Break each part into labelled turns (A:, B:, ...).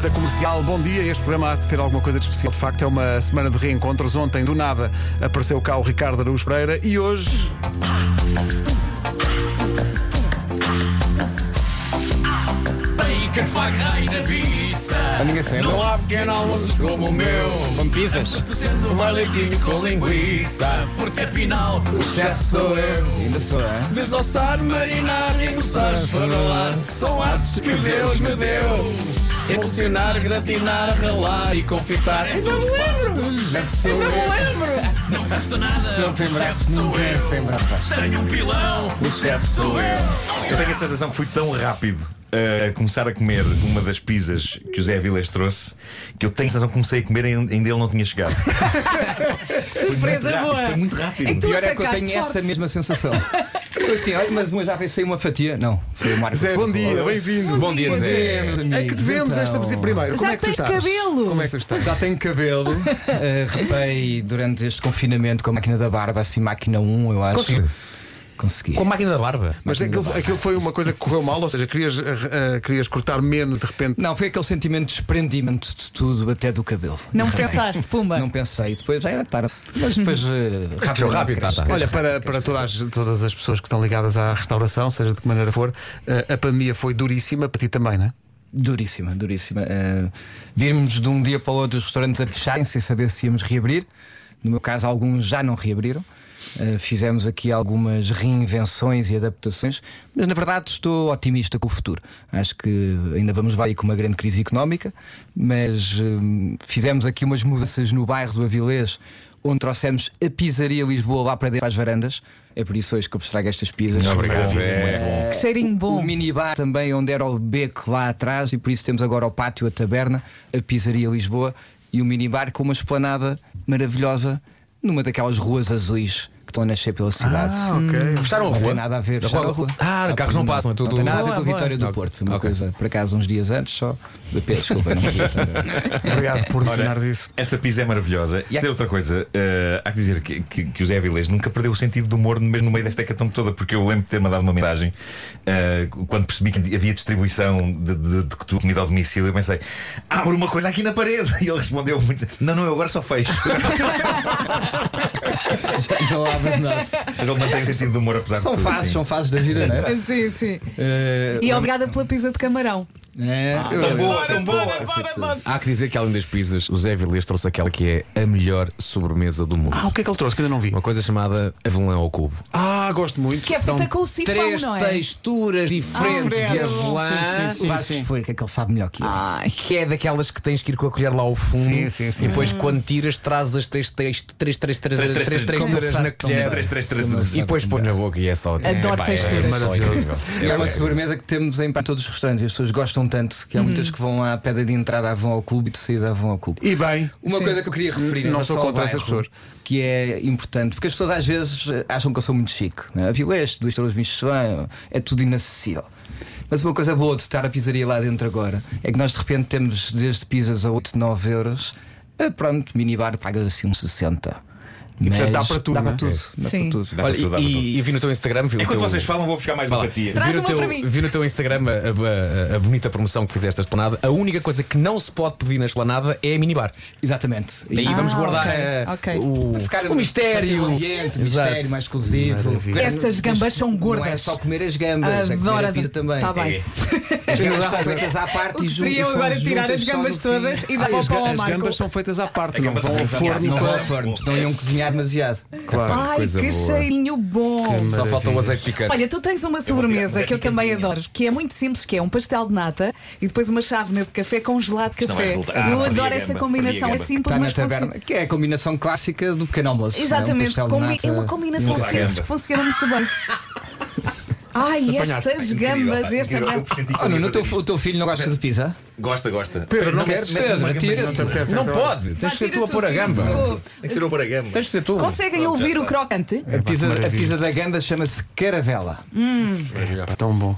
A: da comercial, bom dia. Este programa há de ter alguma coisa de especial. De facto, é uma semana de reencontros. Ontem, do nada, apareceu cá o Ricardo Araújo Pereira e hoje.
B: A minha cena.
C: Não há pequeno almoço como o meu.
B: Com pizzas.
C: Um bailequinho com linguiça. Porque afinal, o chefe sou eu.
B: Ainda sou, é?
C: Desossar, marinar e coçar, esfarolar. São artes que Deus me deu. Emocionar, gratinar, ralar e confitar. Então me lembro. O chefe sou eu. Não custa nada.
B: Não tem
C: o
B: braço,
C: chefe sou
B: ninguém sem
C: eu.
B: braço.
C: Tenho um pilão. O chefe sou eu.
D: Eu tenho a sensação que fui tão rápido uh, a começar a comer uma das pizzas que o Zé Vilas trouxe que eu tenho a sensação que comecei a comer e ainda ele não tinha chegado.
E: Surpresa
D: rápido,
E: boa.
D: foi muito rápido.
E: É que tu
D: Pior
B: Pior é que eu
E: atacaste
B: tenho
E: forte.
B: essa mesma sensação. Eu assim, olha, mas uma já pensei uma fatia. Não, foi o Marco.
A: Zé,
B: que
A: bom
B: falou.
A: dia, bem-vindo.
B: Bom dia, Zé.
A: É que devemos esta visita primeiro.
E: Já
A: Como é que tu
E: tens
A: estás?
E: cabelo.
A: Como é que tu estás?
B: Já tenho cabelo, eh, repei durante este confinamento com a máquina da barba, assim, máquina 1, eu acho.
A: Conseguiu?
B: Consegui.
F: Com a máquina da barba.
A: Mas aquilo, aquilo foi uma coisa que correu mal, ou seja, querias, ah, ah, querias cortar menos de repente.
B: Não, foi aquele sentimento de desprendimento de tudo, até do cabelo.
E: Não pensaste, pumba.
B: Não pensei, depois já era tarde. Mas depois. eh,
F: Cresceu rápido,
B: cresce,
F: tá, tá.
B: cresce.
A: Olha, para, para todas, as- todas as pessoas que estão ligadas à restauração, seja de que maneira for, ah, a pandemia foi duríssima para ti também, não é?
B: Duríssima, duríssima. Eh, virmos de um dia para o outro os restaurantes a fecharem sem saber se íamos reabrir. No meu caso, alguns já não reabriram. Eh, fizemos aqui algumas reinvenções e adaptações, mas na verdade estou otimista com o futuro. Acho que ainda vamos vai com uma grande crise económica, mas eh, fizemos aqui umas mudanças no bairro do Avilés, onde trouxemos a pizzaria Lisboa lá para dentro às varandas. É por isso hoje que eu vos trago estas pizzas.
D: Obrigado, Zé.
E: Que cheirinho bom.
B: O minibar também, onde era o beco lá atrás, e por isso temos agora o pátio, a taberna, a pizzaria Lisboa e o minibar com uma esplanada maravilhosa numa daquelas ruas azuis que estão a nascer pela cidade.
A: Ah, ok.
F: Fecharam a
B: Não
F: rua.
B: tem nada a ver. Fecharam a rua.
F: Ah, carros não passam, é tudo.
B: Não tem nada a ver
E: Boa,
B: com a
E: boa.
B: Vitória do
F: Ok,
B: Porto. Foi uma
F: ok.
B: coisa, por acaso, uns dias antes só. Peço Desculpa, não me
A: Obrigado por mencionares isso.
D: Esta pizza é maravilhosa. E há que dizer outra coisa, eh, há que dizer que, que- que o Zé Vilés nunca perdeu o sentido do humor mesmo no meio desta hecatombe toda, porque eu lembro de ter mandado uma mensagem eh, quando percebi que havia distribuição de, de- de comida ao domicílio. Eu pensei, abre uma coisa aqui na parede. E ele respondeu muito: Não, não, eu agora só fecho.
B: Não há abandonado.
D: Mas ele mantém o sentido do humor apesar
B: São
D: de tudo.
B: fases,
D: sim.
B: são fases da vida, não é?
E: Ah, Sim, sim.
B: Eh,
E: E obrigada pela pizza de camarão.
B: é, eu-
D: Tão boa,
B: eu-
D: tão boa.
F: Há que dizer que além das pizzas, o Zé Vilês trouxe aquela que é a melhor sobremesa do mundo.
A: Ah, o que é que ele trouxe? Que ainda não vi.
F: Uma coisa chamada avelã ao cubo.
A: Ah, gosto muito.
E: Que é feita com o sifão,
F: Três
E: não é? Ah,
F: texturas diferentes de avelã.
B: O Vasco explica que ele sabe melhor que eu.
F: Ai, Que é daquelas que tens que ir com a colher lá ao fundo
A: Sim, sim, sim,
F: e depois quando tiras traz as três três três três três
D: Três, três,
F: três três
D: três,
F: texturas na
B: como
D: Três,
F: colher
D: três, três, três.
F: e depois pões na boca e é só
E: Adoro
F: pá,
E: texturas.
F: É, só incrível.
B: E é
F: É
B: uma
F: só-
B: sobremesa que temos em para todos os restaurantes. As pessoas gostam tanto que há muitas que vão à pedra de entrada, vão ao clube e de saída vão ao clube.
A: E bem,
B: Uma coisa que eu queria referir, em
A: Não sou
B: relação ao
A: contra essas
B: bairro,
A: pessoas.
B: Que é importante, porque as pessoas às vezes eh, acham que eu sou muito chique. Né? A Vila Este, duas estrelas Michelin, é tudo inacessível. Mas uma coisa boa de estar a pizzaria lá dentro agora é que nós de repente temos desde pizzas a 8, 9 euros, a pronto, minibar paga assim uns 60. E
A: portanto, dá para tudo,
B: Dá para
A: não é?
B: tudo. Dá para
E: Sim.
B: tudo.
D: Dá para
F: Olha,
D: tudo, dá para tudo.
F: e, e vi no teu Instagram.
C: É
F: Vi o
D: Enquanto
F: teu-
D: vocês falam, vou buscar mais uma
F: Fala.
D: fatia.
E: Traz
F: Vi no,
E: uma para mim.
F: teu, vi no teu Instagram a, a- a bonita promoção que fizeste a esplanada. A única coisa que não se pode pedir na esplanada é a minibar.
B: Exatamente.
F: E aí
E: Ah,
F: vamos guardar
E: ok,
F: eh,
E: ok.
F: o,
B: Ficar
F: o mistério.
B: O ambiente, o
F: Exato.
B: mistério mais exclusivo.
E: Estas gambas são gordas.
B: Não é só comer as gambas, é comer
E: Adoro.
B: a pizza também.
E: Tá bem.
B: As gambas são feitas à
E: O
B: parte e
E: que
B: juntas.
E: seria eu
B: são
E: agora tirar
B: juntas
E: as
B: só
E: gambas
B: no
E: todas
B: fim.
E: e dar para o
A: as, ga-
E: pão ao
A: as
E: Marco?
A: gambas são feitas à parte,
D: A
A: não
D: gamba
A: vão ao
D: são feitas
A: forno.
D: à parte.
B: Não vão
D: Ah,
B: ao forno, senão iam cozinhar demasiado.
A: Claro.
E: Ai,
F: coisa
E: que
F: boa.
E: cheirinho bom.
F: Só falta o azeite picante.
E: Olha, tu tens uma sobremesa que eu também adoro, que é muito simples, que é um pastel de nata e depois uma chávena de café com gelado de
D: não vai
E: café.
D: resultar. Ah,
E: eu
D: perdi a
E: adoro
D: gamba,
E: essa
D: perdi a
E: combinação, é
D: gamba.
E: simples,
B: Está na
E: mas funciona.
B: taberna, que é a combinação clássica do pequeno almoço. não é? Um
E: Exatamente,
B: pastel de eh,
E: combi-
B: nata.
E: é uma combinação
D: Não dá
E: simples
D: gamba.
E: que funciona muito bem. Ai,
F: Apanhaste.
E: estas
D: Incrível,
E: gambas,
D: pá,
E: esta.
D: incrível. Eu
E: Ah,
D: senti que
B: Oh, Nuno,
D: eu
B: o
D: ia fazer
B: teu, o
D: isto.
B: teu filho não gosta de pizza?
D: Gosta, gosta.
A: Pedro, não
D: Mete-
A: queres?
D: mete
B: Pedro,
D: uma gamba
B: tira-te.
D: em cima.
B: Não
A: Acontece,
F: Não
A: então.
F: pode. Tens de ser
E: tira
F: tu a
E: tu,
F: pôr a
E: tira
F: gamba.
E: tu.
D: Tem que ser uma gama.
F: Tens de ser tu.
E: Conseguem ouvir o crocante?
F: É
B: A pizza, a
A: maravilha.
B: pizza da gamba chama-se caravela.
A: É Tão bom.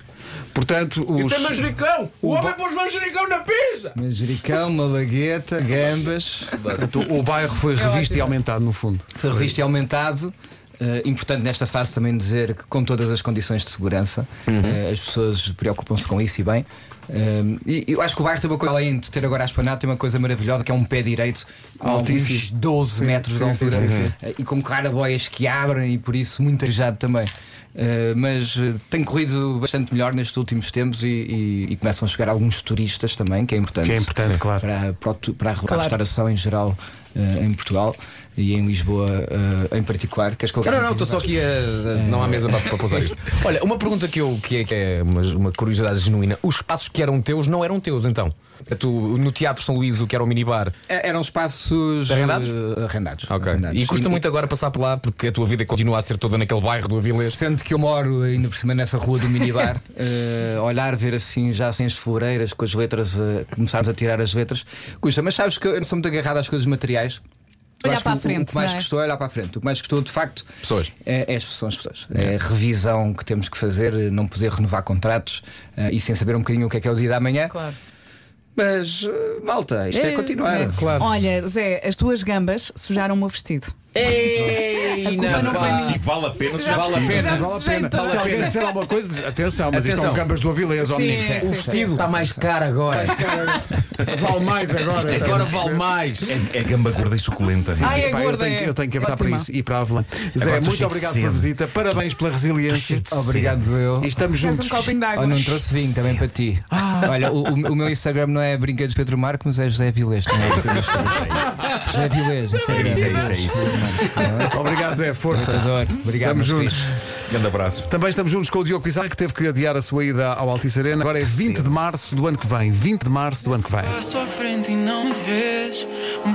A: Portanto, os.
F: manjericão! O homem pôs manjericão na pizza!
B: Manjericão, malagueta, gambas.
E: É
A: Portanto, o bairro foi revisto e aumentado, no fundo.
B: Foi revisto e aumentado. Eh, importante nesta fase também dizer que, com todas as condições de segurança,
A: Uhum.
B: eh, as pessoas preocupam-se com isso e bem. Eh, e eu acho que o bar tem uma coisa, além de ter agora a esplanada, tem uma coisa maravilhosa que é um pé direito com
A: Altíssimo.
B: alguns 12 metros de
A: sim, sim,
B: altura
A: sim, sim.
B: eh, e com claraboias que abrem e por isso muito arejado também. Eh, mas eh, tem corrido bastante melhor nestes últimos tempos e, e- e começam a chegar alguns turistas também, que é importante.
A: Que é importante,
B: Sim.
A: claro.
B: Para, para, o tu- para a restauração em geral eh, em Portugal e em Lisboa eh, em particular. Queres colocar
F: Não, não,
B: uma
F: não, estou
B: coisa
F: só aqui a. Não há mesa para, para pousar isto. Olha, uma pergunta que eu que é, que é uma, uma curiosidade genuína. Os espaços que eram teus não eram teus, então. Tu, no Teatro São Luís, o que era o minibar.
B: É, Eram espaços
F: Arrendados?
B: eh, arrendados,
F: Ok.
B: arrendados.
F: E custa muito agora passar por lá porque a tua vida continua a ser toda naquele bairro do Avilés.
B: Sendo que eu moro ainda por cima nessa rua do minibar, eh, olhar, ver assim já sem as floreiras, com as letras, eh, começarmos a tirar as letras, custa. Mas sabes que eu não sou muito agarrado às coisas materiais. Eu
E: Olhar
B: acho
E: para
B: que
E: a
B: o- O
E: frente,
B: que mais
E: não é?
B: custou é olhar para a frente. O que mais custou, de facto,
F: Pessoas.
B: é, é as pessoas. as pessoas. É a revisão que temos que fazer, eh, não poder renovar contratos eh, e sem saber um bocadinho o que é que é o dia da manhã.
E: Claro.
B: Mas, eh, malta, isto é, continuar.
E: Olha, Zé, as tuas gambas sujaram o meu vestido.
F: Ei,
E: culpa não foi
D: Se vale a pena, já
F: Vale a pena.
A: Vale a pena.
E: Gente,
A: Se alguém disser alguma coisa, diz, atenção, mas isto é um
F: Atenção.
A: gambas do Avilés, homem.
F: O vestido está mais caro agora.
A: Vale mais agora. então.
F: Agora vale mais.
D: É, é gamba gorda e suculenta. não é?
E: Ai, é
A: Pá, eu,
E: gorda,
A: tenho, que-
E: é.
A: eu tenho que avançar para
E: Ótima.
A: isso e para a Avelã. Zé,
D: estou
A: muito
D: cheio de
A: obrigado
D: sede.
A: pela visita, parabéns pela resiliência.
B: Obrigado, eu.
A: E estamos
E: Faz
A: juntos.
E: um copinho de água.
B: Oh, não trouxe vinho também para ti. Olha, o, o- o meu Instagram não é Brinquedos Pedro Marco, mas é José Vilés. também. José Vilés,
D: É isso, é
B: Instagram.
D: isso, é isso.
A: Obrigado, Zé, força.
B: Adoro. Obrigado,
A: Estamos
B: meus
A: juntos.
B: queridos.
D: Grande abraço.
A: Também estamos juntos com o Diogo Pizarro, que teve que adiar a sua ida ao Altice Arena. Agora é 20 de março do ano que vem. 20 de março do ano que vem.
G: Passo à frente e não me vês. Um